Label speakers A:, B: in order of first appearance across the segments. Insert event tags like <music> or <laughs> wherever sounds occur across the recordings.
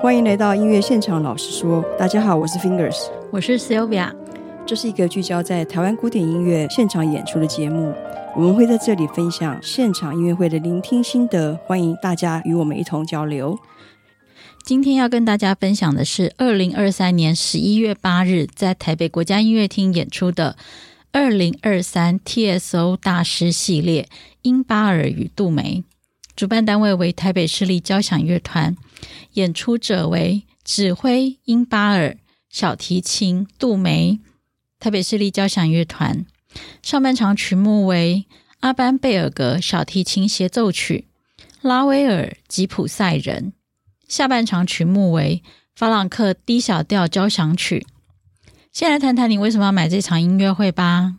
A: 欢迎来到音乐现场。老师说，大家好，我是 Fingers，
B: 我是 Sylvia。
A: 这是一个聚焦在台湾古典音乐现场演出的节目，我们会在这里分享现场音乐会的聆听心得，欢迎大家与我们一同交流。
B: 今天要跟大家分享的是二零二三年十一月八日在台北国家音乐厅演出的二零二三 TSO 大师系列《英巴尔与杜梅》，主办单位为台北市立交响乐团，演出者为指挥英巴尔、小提琴杜梅，台北市立交响乐团。上半场曲目为阿班贝尔格小提琴协奏曲、拉威尔吉普赛人。下半场曲目为法朗克 D 小调交响曲。先来谈谈你为什么要买这场音乐会吧。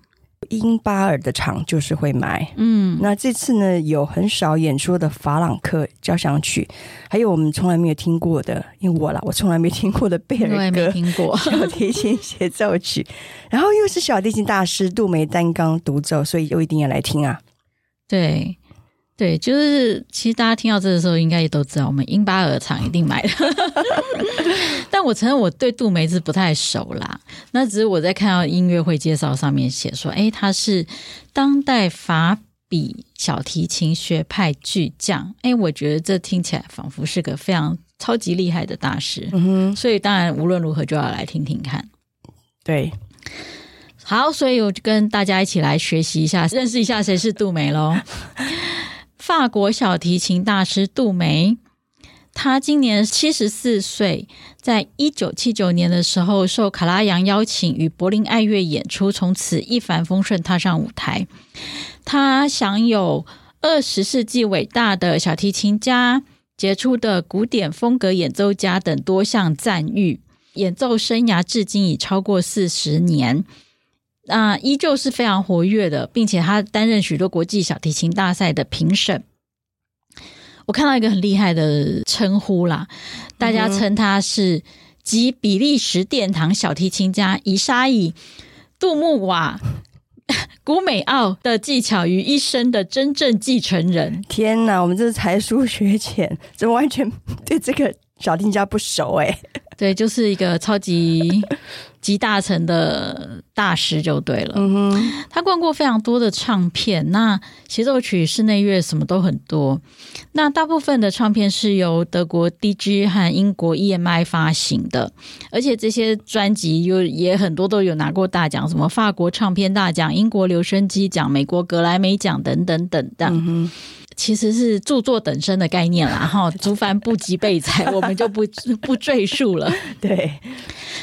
A: 英巴尔的场就是会买，
B: 嗯，
A: 那这次呢有很少演出的法朗克交响曲，还有我们从来没有听过的，因为我啦，我从来没听过的贝
B: 因为
A: 尔
B: 没
A: 格。
B: 听
A: <laughs>
B: 过
A: 小提琴协奏曲，然后又是小提琴大师杜梅单纲独奏，所以又一定要来听啊！
B: 对，对，就是其实大家听到这的时候，应该也都知道，我们英巴尔场一定买的。 <laughs> 但我承认我对杜梅是不太熟啦。那只是我在看到音乐会介绍上面写说，诶，他是当代法比小提琴学派巨匠。诶，我觉得这听起来仿佛是个非常超级厉害的大师。
A: 嗯哼，
B: 所以当然无论如何就要来听听看。
A: 对，
B: 好，所以我就跟大家一起来学习一下，认识一下谁是杜梅喽。法国小提琴大师杜梅，他今年七十四岁，在一九七九年的时候受卡拉扬邀请与柏林爱乐演出，从此一帆风顺踏上舞台。他享有二十世纪伟大的小提琴家、杰出的古典风格演奏家等多项赞誉。演奏生涯至今已超过四十年，那、依旧是非常活跃的，并且他担任许多国际小提琴大赛的评审。我看到一个很厉害的称呼啦，大家称他是集比利时殿堂小提琴家伊沙伊·杜穆瓦古美奥的技巧于一身的真正继承人。 <laughs>
A: 天哪，我们这是才疏学浅， <laughs> 怎么完全对这个小提琴家不熟哎、
B: 对，就是一个超级集大成的大师就对了。
A: 嗯哼，
B: 他灌过非常多的唱片，那协奏曲、室内乐什么都很多。那大部分的唱片是由德国 DG 和英国 EMI 发行的，而且这些专辑又也很多都有拿过大奖，什么法国唱片大奖、英国留声机奖、美国格莱美奖等等等等。
A: 嗯哼，
B: 其实是著作等身的概念
A: <laughs>
B: 啦，哈，竹凡不及被宰，我们就不 <laughs> 不赘述了。
A: <laughs> 对，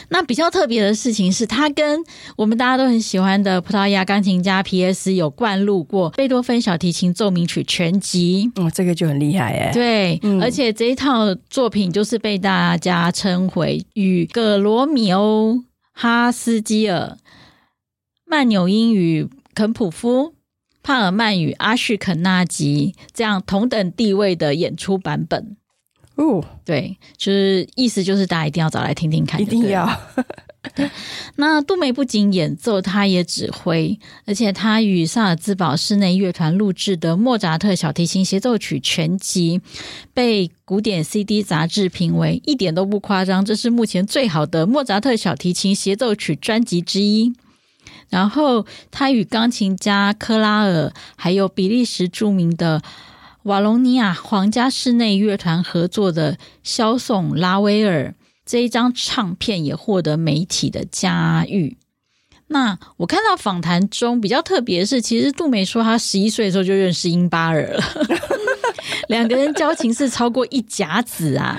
B: 那比较特别的事情是，他跟我们大家都很喜欢的葡萄牙钢琴家皮耶斯有灌录过贝多芬小提琴奏鸣曲全集。
A: 哦，这个就很厉害哎、
B: 对，
A: 嗯
B: 而且这一套作品就是被大家称为与葛罗米欧、哈斯基尔、曼纽因与肯普夫、帕尔曼与阿什肯纳吉这样同等地位的演出版本。
A: 哦，
B: 对，就是意思就是大家一定要找来听听看
A: 一
B: 就对了，
A: 定要，
B: 那杜梅不仅演奏，她也指挥，而且她与萨尔兹堡室内乐团录制的莫扎特小提琴协奏曲全集被《古典 CD》杂志评为一点都不夸张，这是目前最好的莫扎特小提琴协奏曲专辑之一。然后，他与钢琴家科拉尔，还有比利时著名的瓦隆尼亚皇家室内乐团合作的肖颂拉威尔，这一张唱片也获得媒体的嘉誉。那我看到访谈中比较特别的是，其实杜梅说她十一岁的时候就认识英巴尔了， <laughs> 两个人交情是超过一甲子啊。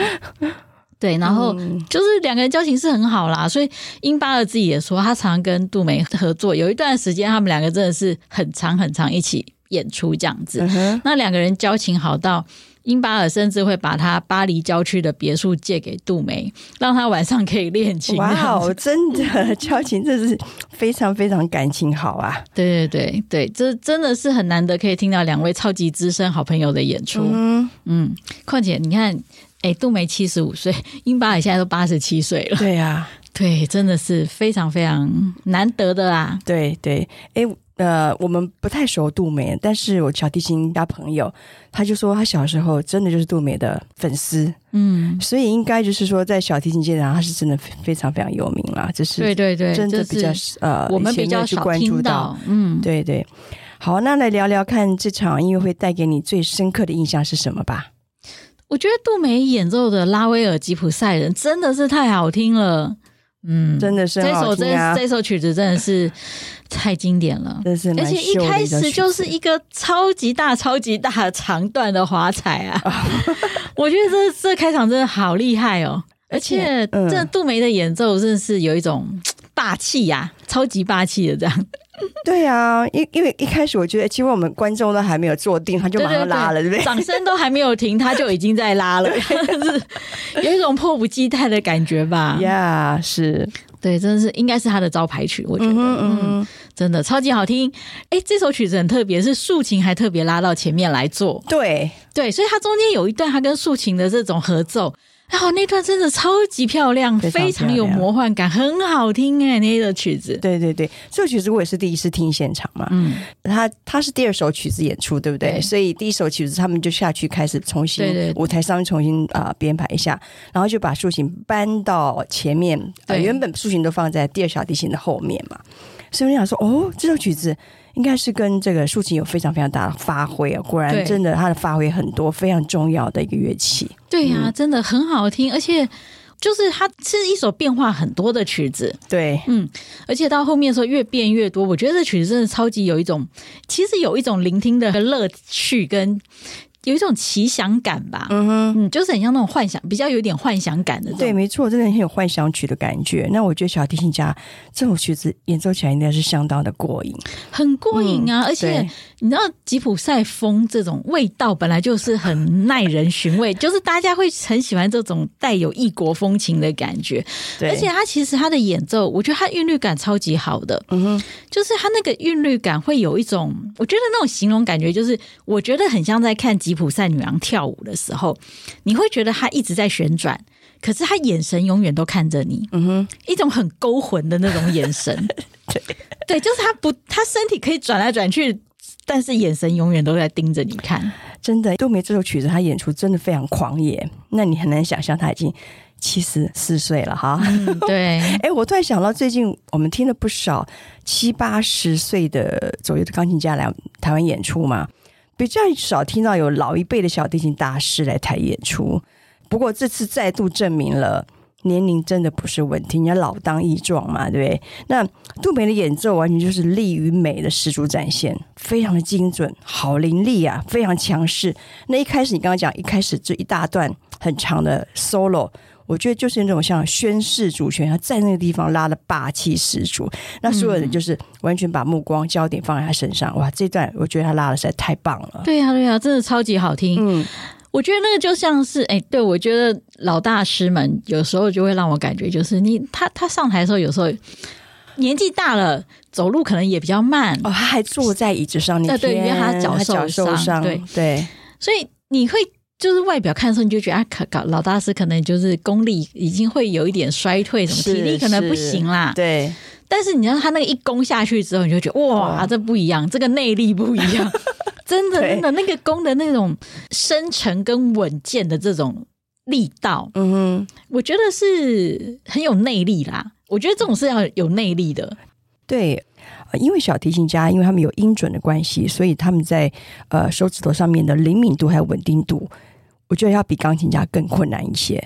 B: 对，然后就是两个人交情是很好啦，所以英巴尔自己也说，他常跟杜梅合作，有一段时间他们两个真的是很长很长一起演出这样子。
A: 嗯哼，
B: 那两个人交情好到，英巴尔甚至会把他巴黎郊区的别墅借给杜梅，让他晚上可以练琴。这
A: 哇
B: 样子
A: 哦，真的 <laughs> 交情这是非常非常感情好啊，
B: <laughs> 对对对对，这真的是很难得可以听到两位超级资深好朋友的演出。
A: 嗯，
B: 嗯，况且你看，哎，杜梅七十五岁，英巴尔现在都八十七岁了， <laughs>
A: 对啊，
B: 对，真的是非常非常难得的啦。啊
A: 对对，哎，呃，我们不太熟杜梅，但是我小提琴家朋友他就说他小时候真的就是杜梅的粉丝，
B: 嗯，
A: 所以应该就是说在小提琴界，然后他是真的非常非常有名啦，这是
B: 对对对，
A: 真的
B: 这
A: 比较
B: 是
A: 呃，
B: 我们
A: 以前
B: 比较
A: 没有去
B: 少
A: 关注
B: 听
A: 到，
B: 到，嗯，
A: 对对。好，那来聊聊看这场音乐会带给你最深刻的印象是什么吧。
B: 我觉得杜梅演奏的拉威尔吉普赛人真的是太好听了，嗯，
A: 真的是很
B: 这
A: 好
B: 首
A: 听
B: 真
A: 啊，
B: 这首曲子真的是 <laughs> 太经典了。
A: 真是
B: 而
A: 蛮
B: 且一
A: 秀的
B: 开
A: 首
B: 始
A: 曲
B: 就是
A: 子
B: 一个超级大、超级大的长段的华彩啊！
A: <laughs>
B: 我觉得这这开场真的好厉害哦！而且
A: 嗯
B: 这杜梅的演奏真的是有一种嘖霸气呀、超级霸气的这样。
A: 对啊，因因为一开始我觉得，其实我们观众都还没有坐定，他就马上拉了，对
B: <laughs>
A: 不对？
B: 掌声都还没有停，他就已经在
A: <laughs>
B: 拉了， <laughs> 是有一种迫不及待的感觉吧？
A: 呀是，
B: 对，真的是应该是他的招牌曲，我觉得，
A: 嗯哼嗯
B: 啊嗯，
A: 哼，
B: 真的超级好听。哎，这首曲子很特别，是竖琴还特别拉到前面来做，
A: 对，
B: 对，所以它中间有一段它跟竖琴的这种合奏，然后那段真的超级漂亮，
A: 非常
B: 非常有
A: 漂亮
B: 魔幻感，很好听哎、那个曲子，
A: 对对对，这首曲子我也是第一次听现场嘛，
B: 嗯，
A: 他他是第二首曲子演出，对不对？
B: 对
A: 所以第一首曲子他们就下去开始重新
B: 对对
A: 舞台上重新啊、呃编排一下，然后就把竖琴搬到前面，呃、
B: 对
A: 原本竖琴都放在第二小提琴的后面嘛，所以我想说，哦，这首曲子应该是跟这个竖琴有非常非常大的发挥啊，果然
B: 对
A: 真的它的发挥很多，非常重要的一个乐器。
B: 对
A: 嗯
B: 呀、真的很好听，而且。就是它是一首变化很多的曲子，
A: 对，
B: 而且到后面的时候越变越多，我觉得这曲子真的超级有一种，其实有一种聆听的乐趣跟有一种奇想感吧。
A: 嗯哼。
B: 嗯，就是很像那种幻想，比较有点幻想感的这
A: 对，
B: 种。
A: 没错，真的很有幻想曲的感觉。那我觉得小提琴家这首曲子演奏起来应该是相当的过瘾，
B: 很过瘾啊！而
A: 嗯
B: 且
A: 对
B: 你知道吉普赛风这种味道本来就是很耐人寻味，就是大家会很喜欢这种带有异国风情的感觉。
A: 对，
B: 而且它其实它的演奏，我觉得它韵律感超级好的，
A: 嗯哼，
B: 就是它那个韵律感会有一种，我觉得那种形容感觉就是，我觉得很像在看吉普赛女郎跳舞的时候，你会觉得她一直在旋转，可是她眼神永远都看着你，
A: 嗯哼。
B: 一种很勾魂的那种
A: <laughs>
B: 眼神。对，就是她不，她身体可以转来转去，但是眼神永远都在盯着
A: <laughs>
B: 你看。
A: 真的，杜梅这首曲子，她演出真的非常狂野，那你很难想象她已经七十四岁了哈。 <laughs>
B: 嗯，对，
A: 哎，我突然想到，最近我们听了不少七八十岁的左右的钢琴家来台湾演出嘛，比较少听到有老一辈的小提琴大师来台演出。不过这次再度证明了。年龄真的不是问题，人家老当益壮嘛，对不对？那杜梅的演奏完全就是力与美的十足展现，非常的精准，好凌厉啊，非常强势。那一开始你刚刚讲，一开始这一大段很长的 solo，我觉得就是那种像宣誓主权，他在那个地方拉的霸气十足，那所
B: 嗯
A: 有人就是完全把目光焦点放在他身上。哇，这段我觉得他拉的实在太棒了。
B: 对呀、啊对呀、真的超级好听。
A: 嗯，
B: 我觉得那个就像是，哎、对我觉得老大师们有时候就会让我感觉，就是你他他上台的时候，有时候年纪大了，走路可能也比较慢，
A: 哦，他还坐在椅子上，你
B: 嗯呃对
A: 天
B: 因为他脚
A: 他脚
B: 受
A: 受
B: 伤对
A: 对
B: 所以你会就是外表看的时候，你就觉得啊，可搞老大师可能就是功力已经会有一点衰退，什么
A: 是
B: 体力可能不行啦。
A: 对，
B: 但是你让他那个一攻下去之后，你就觉得哇，
A: 哇
B: 这不一样，这个内力不一
A: <laughs>
B: 样，真的
A: 对
B: 真的那个攻的那种深沉跟稳健的这种力道，
A: 嗯哼。
B: 我觉得是很有内力啦。我觉得这种是要有内力的，
A: 对，呃因为小提琴家，因为他们有音准的关系，所以他们在呃手指头上面的灵敏度还有稳定度，我觉得要比钢琴家更困难一些。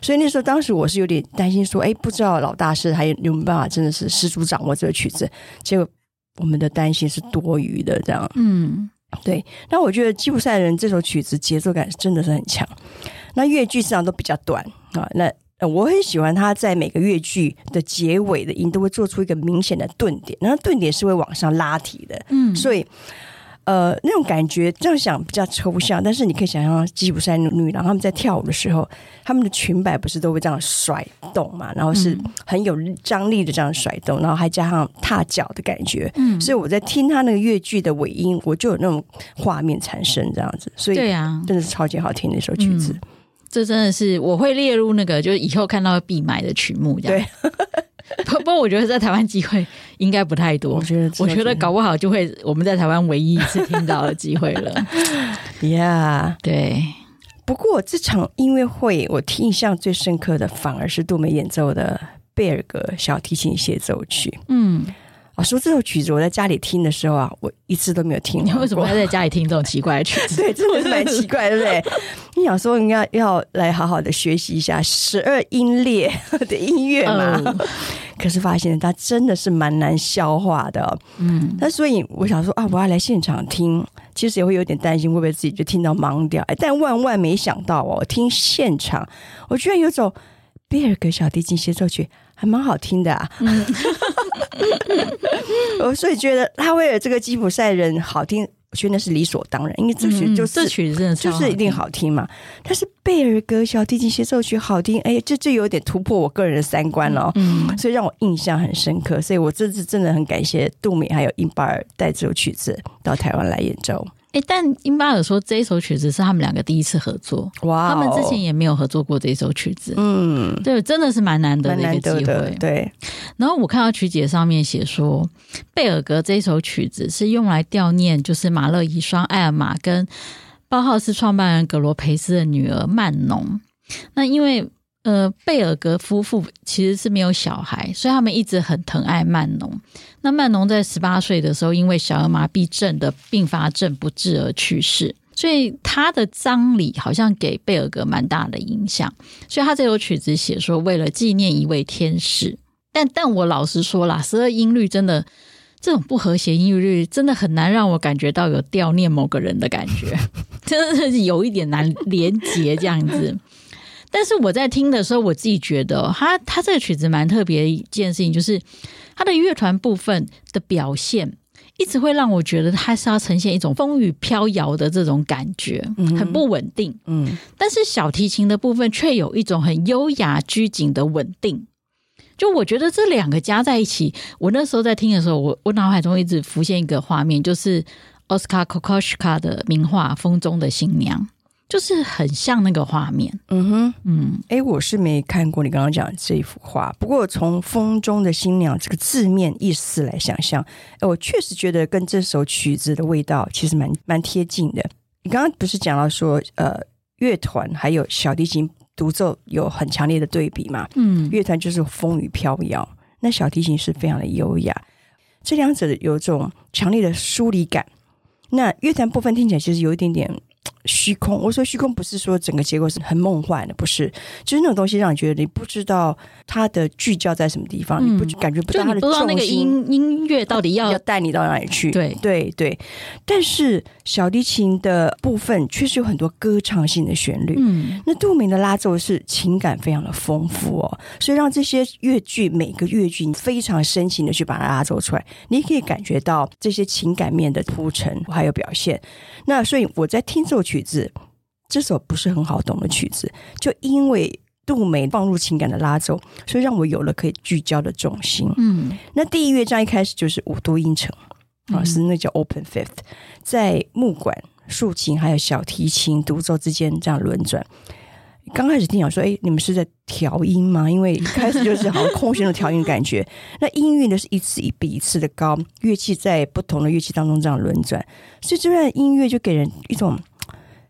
A: 所以那时候，当时我是有点担心，说，哎，不知道老大师还有有没有办法，真的是十足掌握这个曲子。结果我们的担心是多余的，这样。
B: 嗯，
A: 对，那我觉得《吉普赛人》这首曲子节奏感真的是很强，那乐句实际上都比较短啊。那呃我很喜欢他在每个乐句的结尾的音都会做出一个明显的顿点，然后顿点是会往上拉提的，
B: 嗯
A: 所以。呃，那种感觉这样想比较抽象，但是你可以想象吉普赛女郎她们在跳舞的时候，她们的裙摆不是都会这样甩动嘛，然后
B: 嗯
A: 是很有张力的这样甩动，然后还加上踏脚的感觉，
B: 嗯，
A: 所以我在听他那个越剧的尾音，我就有那种画面产生这样子，所以
B: 对啊，
A: 真的是超级好听的一首曲子。
B: 这真的是我会列入那个，就是以后看到必买的曲目这样。不 <laughs> 不，我觉得在台湾机会应该不太多
A: 我。觉得，
B: 我觉得搞不好就会我们在台湾唯一一次听到的机会
A: <laughs>
B: 了。
A: ，Yeah。
B: 对，
A: 不过这场音乐会，我印象最深刻的反而是杜梅演奏的贝尔格小提琴协奏曲
B: 嗯，
A: 啊。说这首曲子，我在家里听的时候啊，我一次都没有听完
B: 你
A: 过。
B: 为什么要在家里听这种奇怪的曲子？
A: <laughs> 对，这我是蛮奇怪，对不对？你想说应该要来好好的学习一下十二音列的音乐嘛？
B: 哦
A: <laughs> 可是发现它真的是蛮难消化的、哦。
B: 嗯，
A: 那所以我想说啊，我要来现场听，其实也会有点担心，会不会自己就听到盲掉？哎，但万万没想到哦，我听现场，我居然有种贝尔格小提琴协奏曲，还蛮好听的啊。
B: 嗯
A: <laughs> 我所以觉得拉威尔这个吉普赛人好听，我觉得那是理所当然，因为这曲
B: 嗯
A: 就
B: 这
A: 是。
B: 曲真的超
A: 就是一定好听嘛，但是贝尔格小提琴协奏曲好听，哎，这这有点突破我个人的三观了、哦。
B: 听，嗯
A: 所以让我印象很深刻。所以我这次真的很感谢杜敏还有英巴尔带这首曲子到台湾来演奏。
B: 哎、但英巴尔说这一首曲子是他们两个第一次合作，
A: 哇
B: 他
A: 哦
B: 们之前也没有合作过这一首曲子。
A: 嗯，
B: <laughs> 对，真的是蛮难得
A: 蛮
B: 的
A: 难
B: 一
A: 得
B: 个机
A: 的
B: 会，。
A: 对，
B: 然后我看到曲解上面写说，贝尔格这首曲子是用来悼念，就是马勒遗孀艾尔玛跟包浩斯创办人格罗培斯的女儿曼农。那因为呃，贝尔格夫妇其实是没有小孩，所以他们一直很疼爱曼农。那曼农在十八岁的时候，因为小儿麻痹症的并发症不治而去世，所以他的葬礼好像给贝尔格蛮大的影响。所以他这首曲子写说，为了纪念一位天使。但但我老实说啦，十二音律真的这种不和谐音律真的很难让我感觉到有悼念某个人的感觉， <laughs> 真的是有一点难连结这样子。但是我在听的时候，我自己觉得哦他他这个曲子蛮特别的一件事情，就是他的乐团部分的表现。一直会让我觉得他是要呈现一种风雨飘摇的这种感觉，很不稳定。
A: 嗯，
B: 但是小提琴的部分却有一种很优雅拘谨的稳定。就我觉得这两个加在一起，我那时候在听的时候，我我脑海中一直浮现一个画面，就是奥斯卡· k o s h k a 的名画《风中的新娘》，就是很像那个画面。
A: 嗯哼，
B: 嗯，
A: 哎，我是没看过你刚刚讲的这一幅画，不过从《风中的新娘》这个字面意思来想象，哎，我确实觉得跟这首曲子的味道其实蛮蛮贴近的。你刚刚不是讲到说，呃，乐团还有小提琴独奏有很强烈的对比嘛？
B: 嗯，
A: 乐团就是风雨飘摇，那小提琴是非常的优雅，这两者有种强烈的疏离感。那乐团部分听起来其实有一点点嘖虚空。我说虚空不是说整个结构是很梦幻的，不是，就是那种东西让你觉得你不知道它的聚焦在什么地方，
B: 嗯
A: 你不感觉不
B: 就
A: 到它
B: 你
A: 的
B: 不知道那
A: 重
B: 个
A: 心
B: 音音乐到底要
A: 要带你到哪里去。
B: 对
A: 对对，但是小提琴的部分确实有很多歌唱性的旋律，
B: 嗯
A: 那杜明的拉奏是情感非常的丰富哦，所以让这些乐句每个乐句你非常深情的去把它拉奏出来，你可以感觉到这些情感面的铺陈还有表现。那所以我在听这首曲子，这首不是很好懂的曲子，就因为杜梅放入情感的拉奏，所以让我有了可以聚焦的重心。
B: 嗯
A: 那第一乐章一开始就是五度音程啊，
B: 嗯
A: 是那叫 Open Fifth，在木管、竖琴还有小提琴独奏之间这样轮转。刚开始听讲说，哎、你们是在调音吗？因为一开始就是好像空弦的调音的感觉。 <laughs> 那音域呢是一次一比一次的高，乐器在不同的乐器当中这样轮转，所以这段音乐就给人一种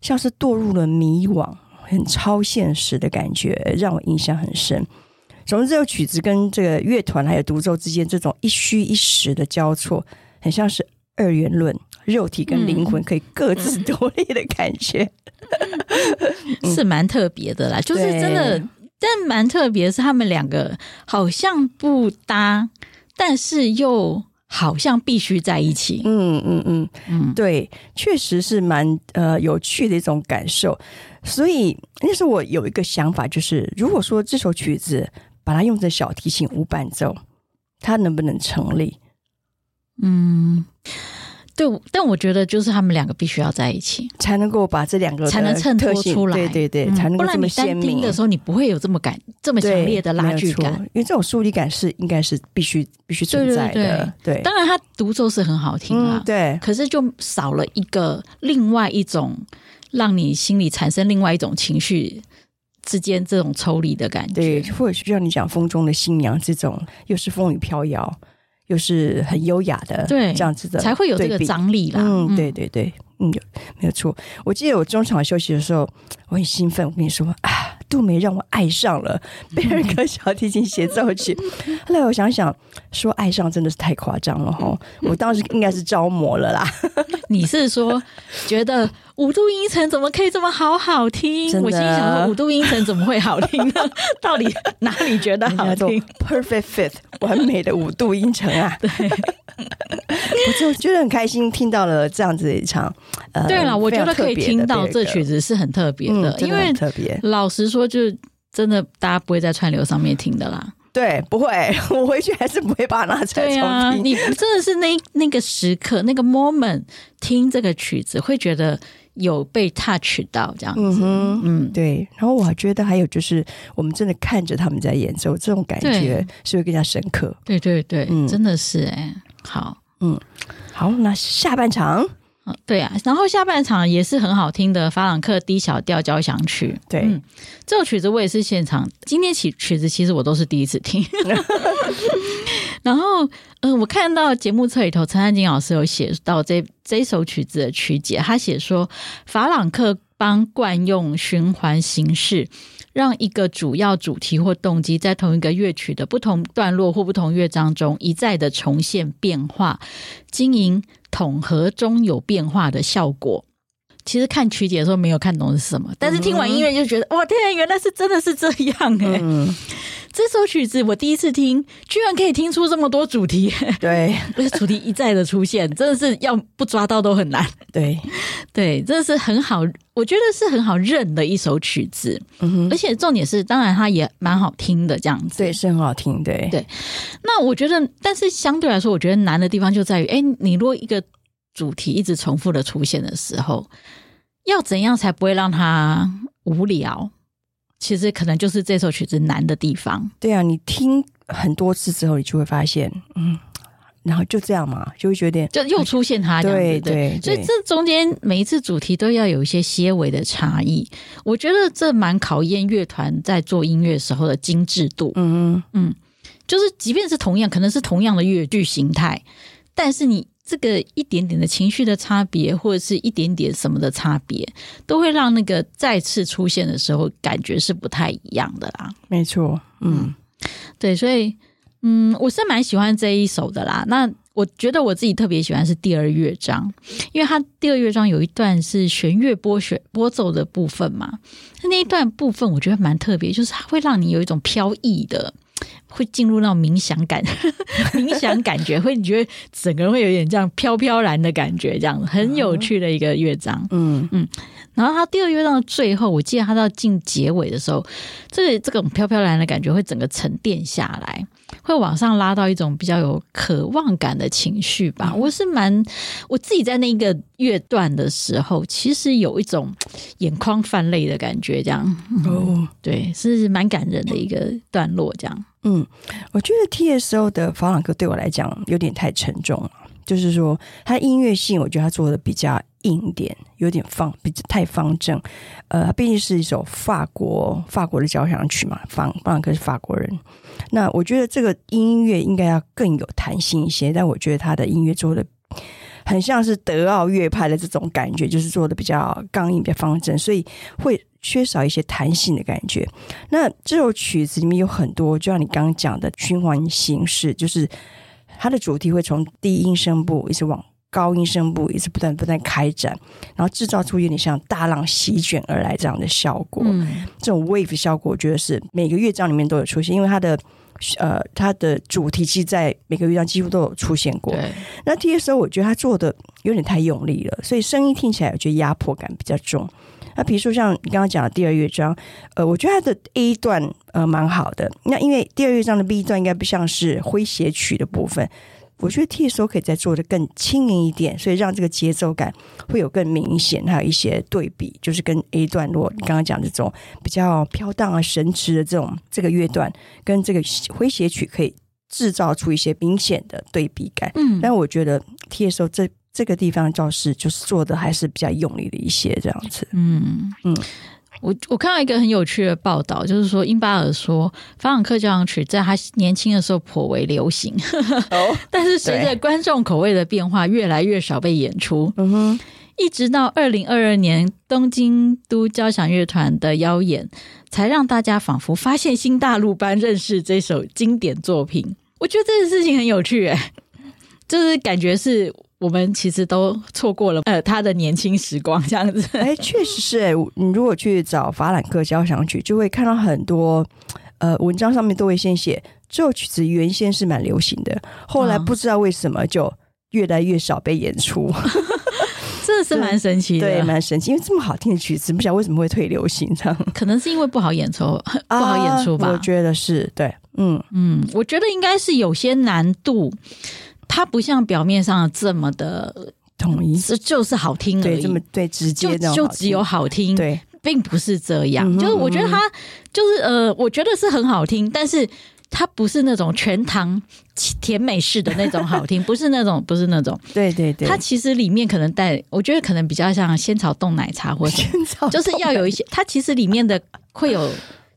A: 像是堕入了迷惘、很超现实的感觉，让我印象很深。总之，这首曲子跟这个乐团还有独奏之间这种一虚一实的交错，很像是二元论，肉体跟灵魂可以各自独立的感觉。嗯
B: 是蛮特别的啦，就是真的
A: 对，
B: 但蛮特别是他们两个好像不搭，但是又好像必须在一起。
A: 嗯嗯嗯，
B: 嗯，
A: 对，确实是蛮呃有趣的一种感受。所以那时候我有一个想法，就是如果说这首曲子把它用成小提琴无伴奏，它能不能成立？
B: 嗯，对，但我觉得就是他们两个必须要在一起，
A: 才能够把这两个的
B: 才能衬托
A: 特性
B: 出来
A: 对对对，
B: 嗯
A: 才能
B: 不
A: 够这
B: 然
A: 么
B: 你
A: 鲜
B: 单听
A: 明
B: 的时候，你不会有这么感这么强
A: 对
B: 烈的拉锯，
A: 没有
B: 感。
A: 错因为这种疏离感是应该是必须必须存在的，对
B: 当然，他独奏是很好听啦
A: 嗯，，对，
B: 可是就少了一个另外一种让你心里产生另外一种情绪之间这种抽离的感觉。
A: 对，或者就像你讲《风中的新娘》这种，又是风雨飘摇，又是很优雅的，
B: 对
A: 这样子的
B: 才会有这
A: 对
B: 个
A: 比
B: 张力啦。
A: 嗯，对对对，嗯，有没有错？我记得我中场休息的时候，我很兴奋，我跟你说啊，杜梅让我爱上
B: <laughs>
A: 了贝尔格小提琴协奏曲。 <laughs> 后来我想想，说爱上真的是太夸张了
B: <laughs>
A: 哈，我当时应该是着魔了啦，
B: 你是说觉得五度音程怎么可以这么好好听？
A: 真的啊
B: 我心里想说，五度音程怎么会好
A: <laughs>
B: 听呢？到底哪里觉得好
A: 那 <laughs> 种
B: 听？
A: perfect fit 完美的五度音程
B: <laughs>
A: 啊。对，我就觉得很开心，听到了这样子的一场。呃，
B: 对了，我
A: 非
B: 觉
A: 常
B: 得
A: 特
B: 可以
A: 别的
B: 听
A: 贝
B: 到
A: 尔
B: 这
A: 格
B: 曲子是很特别
A: 嗯
B: 的，
A: 真
B: 因
A: 的很
B: 为
A: 特别。
B: 老实说，就真的大家不会在串流上面听的
A: <laughs>
B: 啦。
A: 对，不会，我回去还是不会把它拿出来
B: 对
A: 重
B: 啊，
A: 听。
B: 你真的是那那个时刻那个 moment 听这个曲子，会觉得有被 touch 到这样
A: 嗯
B: 子。
A: 哼，
B: 嗯，
A: 对。然后我还觉得还有就是，我们真的看着他们在演奏，这种感觉是会更加深刻。
B: 对对对，
A: 嗯
B: 真的是哎、好。
A: 好，那下半场，
B: 嗯对啊，然后下半场也是很好听的法朗克 D 小调交响曲。
A: 对
B: 嗯，这首曲子我也是现场，今天起曲子其实我都是第一次听。 <laughs> 然后，嗯、我看到节目册里头，陈汉金老师有写到这这首曲子的曲解，他写说法朗克帮惯用循环形式。让一个主要主题或动机在同一个乐曲的不同段落或不同乐章中一再的重现变化，经营统合中有变化的效果。其实看曲解的时候没有看懂是什么，但是听完音乐就觉得、哇天啊，原来是真的是这样哎、
A: 嗯，
B: 这首曲子我第一次听，居然可以听出这么多主 <laughs> 题、
A: 对 <laughs>
B: 而且主题一再的出现，真的是要不抓到都很难。
A: 对，
B: 对，真的是很好，我觉得是很好认的一首曲子，
A: 嗯哼，
B: 而且重点是，当然它也蛮好听的这样子。
A: 对，是很好听，对
B: 对那我觉得，但是相对来说，我觉得难的地方就在于，哎，你如果一个主题一直重复的出现的时候，要怎样才不会让它无聊？其实可能就是这首曲子难的地方。
A: 对啊！你听很多次之后，你就会发现，嗯，然后就这样嘛，就会觉得有点
B: 就又出现它这样
A: 对
B: 子，对。
A: 对，
B: 所以这中间每一次主题都要有一些些微的差异，我觉得这蛮考验乐团在做音乐时候的精致度。
A: 嗯
B: 就是即便是同样，可能是同样的乐剧形态，但是你这个一点点的情绪的差别，或者是一点点什么的差别，都会让那个再次出现的时候感觉是不太一样的啦。
A: 哼，没错，嗯
B: 对，所以嗯，我是蛮喜欢这一首的啦。那我觉得我自己特别喜欢是第二乐章，因为它第二乐章有一段是弦乐拨弦拨奏的部分嘛，那一段部分我觉得蛮特别，就是它会让你有一种飘逸的。会进入那种冥想感， <laughs> 冥想感觉会你觉得整个人会有点这样飘飘然的感觉，这样很有趣的一个乐章。
A: 嗯，
B: 然后他第二乐章的最后，我记得他到进结尾的时候，这个这种飘飘然的感觉会整个沉淀下来，会往上拉到一种比较有渴望感的情绪吧。
A: 嗯
B: 我是蛮我自己在那个乐段的时候，其实有一种眼眶泛泪的感觉，这样嗯
A: 哦。
B: 对，是蛮感人的一个段落。这样，
A: 嗯，我觉得 TSO 的法朗克对我来讲有点太沉重了，就是说它音乐性，我觉得它做的比较硬一点，有点方比太方正。呃，它毕竟是一首法国法国的交响曲嘛，法法朗克是法国人，那我觉得这个音乐应该要更有弹性一些，但我觉得他的音乐做的。很像是德奥乐派的这种感觉，就是做的比较刚硬、比较方正，所以会缺少一些弹性的感觉。那这首曲子里面有很多，就像你刚刚讲的循环形式，就是它的主题会从低音声部一直往高音声部一直不断不断开展，然后制造出有点像大浪席卷而来这样的效果。
B: 嗯，
A: 这种 wave 效果，我觉得是每个乐章里面都有出现，因为它的呃它的主题其实在每个乐章几乎都有出现过。
B: 对，
A: 那 TSO 我觉得他做的有点太用力了，所以声音听起来我觉得压迫感比较重。那比如说像你刚刚讲的第二乐章，呃，我觉得它的 A 段呃蛮好的，那因为第二乐章的 B 段应该不像是诙谐曲的部分，我觉得 TSO 可以再做的更轻盈一点，所以让这个节奏感会有更明显，还有一些对比，就是跟 A 段落你刚刚讲这种比较飘荡啊、神驰的这种这个乐段，跟这个诙谐曲可以制造出一些明显的对比感。
B: 嗯，
A: 但我觉得 TSO 这这个地方倒是就是做的还是比较用力的一些这样子。
B: 嗯
A: 嗯
B: 嗯，我我看到一个很有趣的报道，就是说英巴尔说，法朗克交响曲在他年轻的时候颇为流行，
A: 哦，
B: 但是随着
A: 对
B: 观众口味的变化，越来越少被演出。
A: 嗯哼，
B: 一直到二零二二年东京都交响乐团的邀演，才让大家仿佛发现新大陆般认识这首经典作品。我觉得这件事情很有趣、哎，就是感觉是我们其实都错过了呃他的年轻时光，这样子。
A: 哎，确实是哎，你如果去找法兰克交响曲，就会看到很多呃文章上面都会先写这首曲子原先是蛮流行的，后来
B: 嗯
A: 不知道为什么就越来越少被演
B: <laughs>
A: 出，
B: 这是蛮神奇的，
A: 对，蛮神奇，因为这么好听的曲子，不晓得为什么会退流行这样，
B: 可能是因 <laughs> 为不好演出，不好演出吧。
A: 啊我觉得是对，嗯，
B: 嗯，我觉得应该是有些难度，它不像表面上的这么的，
A: 统一，
B: 这就是好听而
A: 对，
B: 已，
A: 这么对直接
B: 就
A: 那种
B: 就哦
A: 好听
B: 只有好听，
A: 对，
B: 并不是这样。
A: 嗯哼
B: 就是我觉得它就是呃，我觉得是很好听，但是。它不是那种全糖甜美式的那种
A: <laughs>
B: 好听，不是那种，不是那种。
A: 对对对，
B: 它其实里面可能带，我觉得可能比较像仙草冻奶
A: <laughs>
B: 茶或者
A: 先找
B: <laughs> 就是要有一些，它其实里面的会有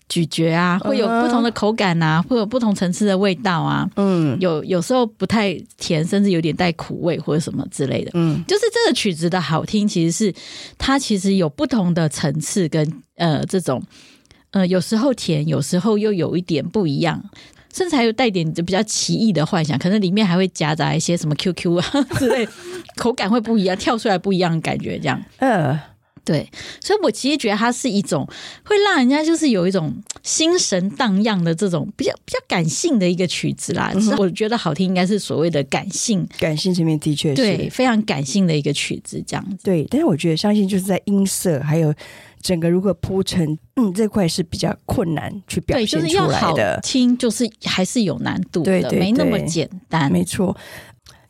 B: 咀嚼啊，会有不同的口感啊，会有不同层次的味道啊，
A: 嗯
B: 有有时候不太甜，甚至有点带苦味或者什么之类的。
A: 嗯，
B: 就是这个曲子的好听，其实是它其实有不同的层次跟呃这种呃有时候甜，有时候又有一点不一样，甚至还有带点比较奇异的幻想，可能里面还会夹杂一些什么 QQ 啊 <laughs> 之类，口感会不一样，跳出来不一样的感觉这样。
A: 呃，
B: 对，所以我其实觉得它是一种会让人家就是有一种心神荡漾的这种比较比较感性的一个曲子
A: 嗯
B: 啦。其实我觉得好听应该是所谓的感性，
A: 感性层面的确是
B: 对，非常感性的一个曲子这样子。
A: 对，但是我觉得相信就是在音色还有整个如何铺陈，嗯，这块是比较困难去表
B: 对，就
A: 现出
B: 是要
A: 来
B: 好
A: 的，
B: 听，就是还是有难度的，
A: 对对
B: 没那么
A: 对
B: 简单。
A: 没错。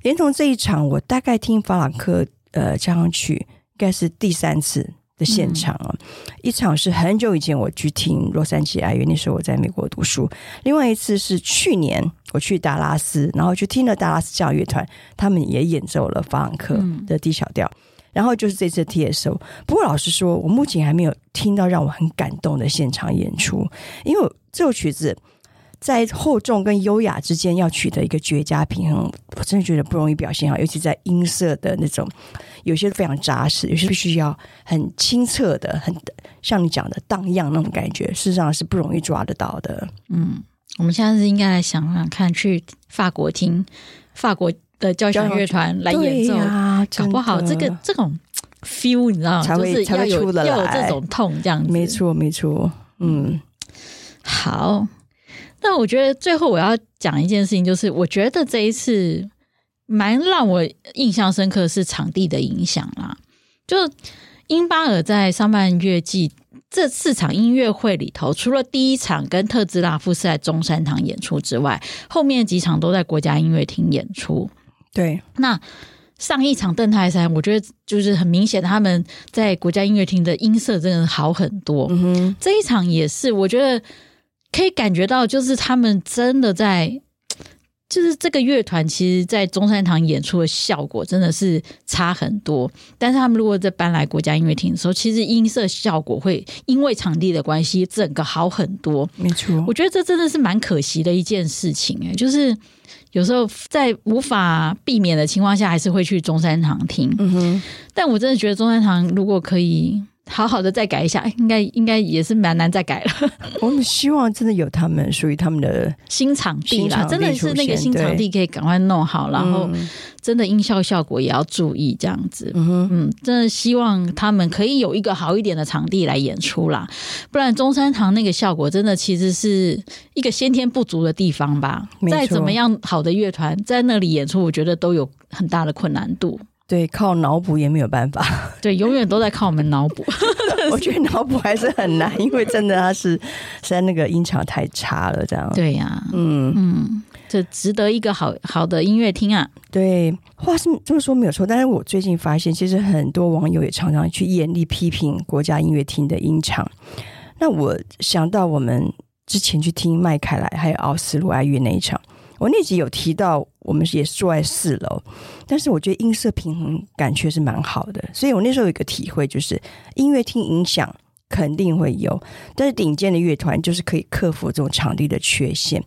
A: 连同这一场，我大概听法朗克呃交响曲应该是第三次的
B: 嗯
A: 现场啊、一场是很久以前我去听洛杉矶爱乐，那时候我在美国读书；另外一次是去年我去达拉斯，然后去听了达拉斯交响乐团，他们也演奏了法朗克的 D 小调。然后就是这次 TSO，不过老实说，我目前还没有听到让我很感动的现场演出，因为这首曲子在厚重跟优雅之间要取得一个绝佳平衡，我真的觉得不容易表现好，尤其在音色的那种，有些非常扎实，有些必须要很清澈的，很像你讲的荡漾那种感觉，事实上是不容易抓得到的。
B: 嗯，我们现在是应该来想想看，去法国听法国的交响乐团来演奏
A: 对呀
B: 搞不好这
A: 真的
B: 个这种 feel 你知道吗？
A: 才会
B: 就是要
A: 才会
B: 有
A: 出得来
B: 要有这种痛这样子。
A: 没，错，没错，嗯
B: 好。那我觉得最后我要讲一件事情，就是我觉得这一次蛮让我印象深刻的是场地的影响啦。就英巴尔在上半月季这四场音乐会里头，除了第一场跟特兹拉夫是在中山堂演出之外，后面几场都在国家音乐厅演出。
A: 对，
B: 那上一场邓泰山，我觉得就是很明显，他们在国家音乐厅的音色真的好很多。
A: 嗯哼，
B: 这一场也是，我觉得可以感觉到，就是他们真的在，就是这个乐团其实，在中山堂演出的效果真的是差很多。但是他们如果在搬来国家音乐厅的时候，其实音色效果会因为场地的关系，整个好很多。
A: 没错
B: 我，觉得这真的是蛮可惜的一件事情、哎，就是有时候在无法避免的情况下，还是会去中山堂听。
A: 嗯哼，
B: 但我真的觉得中山堂如果可以好好的再改一下，哎应该应该也是蛮难再改了。
A: 我们希望真的有他们属于他们的，
B: 新场地
A: 新
B: 啦，
A: 场地
B: 真的是那
A: 出
B: 个
A: 现
B: 新场地可以赶快弄好，然后
A: 嗯
B: 真的音效效果也要注意这样子。
A: 嗯哼，
B: 嗯，真的希望他们可以有一个好一点的场地来演出啦，不然中山堂那个效果真的其实是一个先天不足的地方吧
A: 没。错
B: 再怎么样好的乐团在那里演出，我觉得都有很大的困难度。
A: 对，靠脑补也没有办
B: <laughs>
A: 法。
B: 对，永远都在靠我们脑
A: <laughs>
B: 补。
A: 我觉得脑补还是很难，因为真的他是实在那个音场太差了，这样。
B: 对呀、
A: 嗯，
B: 嗯，这值得一个好好的音乐厅啊。
A: 对，话是这么说没有错，但是我最近发现，其实很多网友也常常去严厉批评国家音乐厅的音场。那我想到我们之前去听麦凯莱还有奥斯陆爱乐那一场，我那集有提到，我们也是坐在四楼，但是我觉得音色平衡感却是蛮好的，所以我那时候有一个体会，就是音乐厅影响肯定会有。但是顶尖的乐团就是可以克服这种场地的缺陷。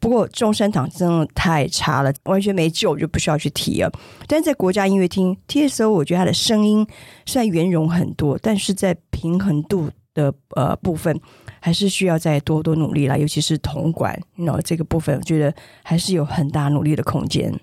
A: 不过中山堂真的太差了，完全没救，我就不需要去提了。但是在国家音乐厅 TSO，我觉得它的声音虽然圆融很多，但是在平衡度的呃部分，还是需要再多多努力啦。尤其是铜管，那这个部分，我觉得还是有很大努力的空间。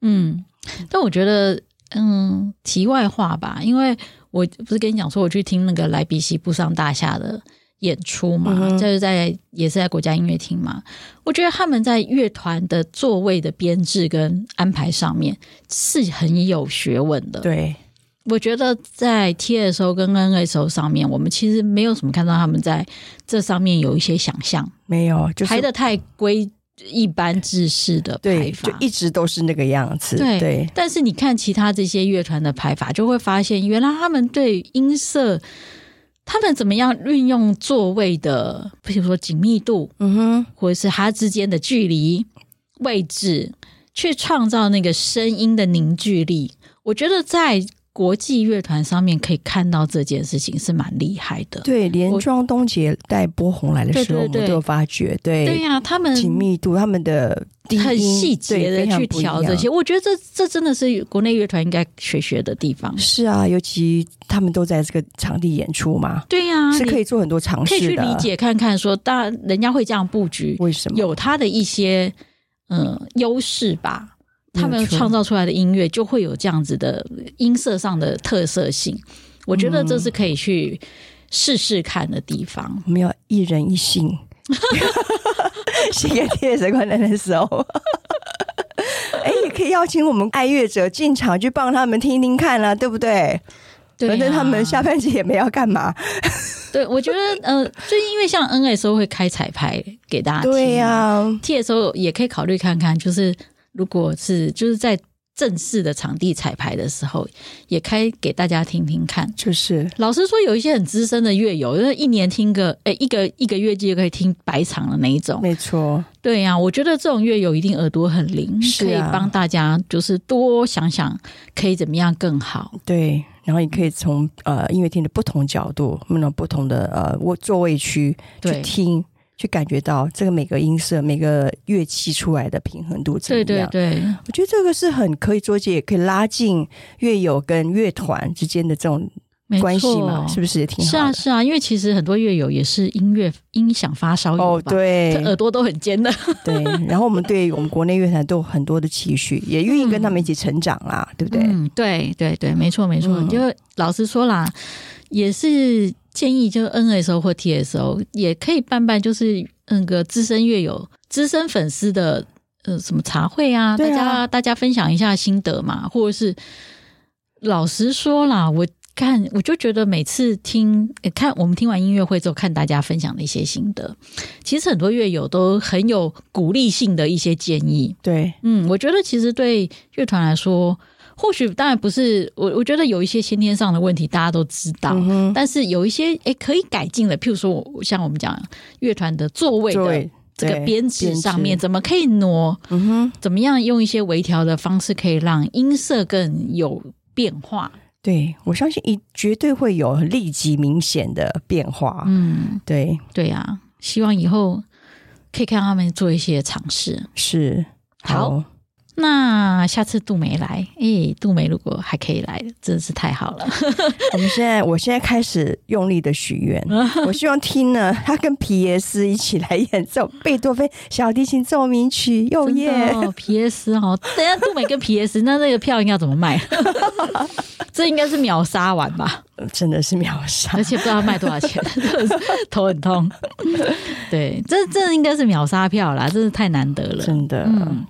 B: 嗯，但我觉得，嗯，题外话吧，因为我不是跟你讲说我去听那个莱比锡布上大厦的演出嘛，
A: 嗯哼
B: 就是在也是在国家音乐厅嘛，我觉得他们在乐团的座位的编制跟安排上面是很有学问的。
A: 对，
B: 我觉得在 TSO 跟 NSO 上面，我们其实没有什么看到他们在这上面有一些想象，
A: 没有，就是
B: 排的太规一般制式的
A: 对，
B: 排法，
A: 就一直都是那个样子。
B: 对
A: 对
B: 但是你看其他这些乐团的排法，就会发现原来他们对音色，他们怎么样运用座位的，比如说紧密度，
A: 嗯哼，
B: 或者是它之间的距离、位置，去创造那个声音的凝聚力。我觉得在国际乐团上面可以看到这件事情是蛮厉害的。
A: 对，连
B: 我
A: 庄东杰带波红来的
B: 对
A: 时候，我
B: 对
A: 们
B: 对
A: 都有发觉，
B: 对呀、他们
A: 紧密度，他们的低音
B: 嗯很细节
A: 对
B: 的
A: 非常
B: 去
A: 不一
B: 调这
A: 样
B: 些，我觉得这这真的是国内乐团应该学学的地方。
A: 是啊，尤其他们都在这个场地演出嘛，
B: 对呀、
A: 是
B: 啊你
A: 可以做很多尝
B: 可以
A: 试
B: 去
A: 哦的。
B: 理解看看说，当然人家会这样布局，
A: 为什么
B: 有他的一些嗯优势吧。他
A: 没
B: 们
A: 有错
B: 创造出来的音乐就会有这样子的音色上的特色性，我觉
A: 嗯
B: 得这是可以去试试看的地方。
A: 我们要一人一信，写给铁血观众的时候。 <laughs> 哎，也可以邀请我们爱乐者进场去帮他们听听看啊，对不对？
B: 对啊、
A: 反正他们下半集也没要干嘛。
B: 对我觉得呃，就因为像 NSO 会开彩排给大家听嘛，啊
A: 对呀、
B: TSO 也可以考虑看看，就是如果是就是在正式的场地彩排的时候，也开给大家听听看。
A: 就是
B: 老实说，有一些很资深的乐友，就是一年听个诶、一个一个月季就可以听百场的那一种。
A: 没错，
B: 对呀、我觉得这种乐友一定耳朵很灵，
A: 是
B: 可以
A: 啊
B: 帮大家就是多想想可以怎么样更好。
A: 对。然后也可以从呃音乐厅的不同角度，那种不同的呃我座位区去
B: 对
A: 听，去感觉到这个每个音色、每个乐器出来的平衡度怎么
B: 对
A: 样。
B: 对对，
A: 我觉得这个是很可以做，也可以拉近乐友跟乐团之间的这种
B: 没
A: 关系嘛，
B: 错
A: 是不是也挺
B: 是
A: 好
B: 啊
A: 的？
B: 是啊，因为其实很多乐友也是音乐音响发烧友
A: 哦，
B: 吧，
A: 对
B: 这耳朵都很尖的。 <laughs>
A: 对，然后我们对我们国内乐团都有很多的期许，也愿意跟他们一起成长啦，对不对？
B: 嗯，对对对，没错没错。
A: 嗯
B: 就老实说啦，也是建议就 NSO 或 TSO 也可以办办，就是那个资深乐友、资深粉丝的呃什么茶会啊，
A: 对
B: 大
A: 啊
B: 家大家分享一下心得嘛，或者是老实说啦，我。看，我就觉得每次听呃看我们听完音乐会之后，看大家分享的一些心得，其实很多乐友都很有鼓励性的一些建议。
A: 对，
B: 嗯，我觉得其实对乐团来说，或许当然不是我，我觉得有一些先天上的问题大家都知道，
A: 嗯哼，
B: 但是有一些诶可以改进的，譬如说我像我们讲乐团的座位
A: 作
B: 的
A: 为
B: 这个
A: 对
B: 编制
A: 编
B: 上面，
A: 制
B: 怎么可以挪，
A: 嗯哼。
B: 怎么样用一些微调的方式可以让音色更有变化？
A: 对，我相信一绝对会有立即明显的变化。
B: 嗯，
A: 对，
B: 对呀、希望以后可以看他们做一些尝试。
A: 是
B: 好，那下次杜梅来，诶，杜梅如果还可以来，真是太好了。
A: 我们现在，我现在开始用力的许
B: <laughs>
A: 愿，我希望听呢，他跟皮耶斯一起来演奏贝多芬小提琴奏鸣曲，哟
B: 真的
A: 耶！
B: 哦，PS 哦，等一下杜美跟 PS，那那个票应该要怎么卖？ <laughs> 这应该是秒杀完吧，
A: 真的是秒杀
B: 而，且不知道卖多少钱， <laughs> 真的是头很痛。对，这这应该是秒杀票啦，真是太难得了。
A: 真的。
B: 嗯，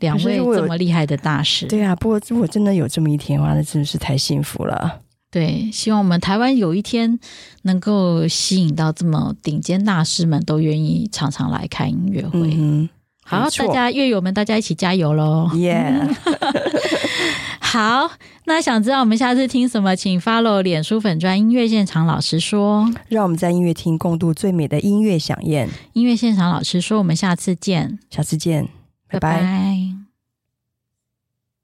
B: 两
A: 可
B: 位
A: 是如果有
B: 这么厉害的大师，
A: 对啊，不过如果真的有这么一天，哇，那真的是太幸福了。
B: 对，希望我们台湾有一天能够吸引到这么顶尖大师们都愿意常常来看音乐会。
A: 嗯
B: 好，
A: 没错
B: 大家乐友们，大家一起加油喽！ <laughs>
A: 哼，耶、
B: 好，那想知道我们下次听什么，请 follow 脸书粉专音乐现场老师说。
A: 让我们在音乐厅共度最美的音乐飨宴。
B: 音乐现场老师说，我们下次见，
A: 下次见，拜拜
B: 拜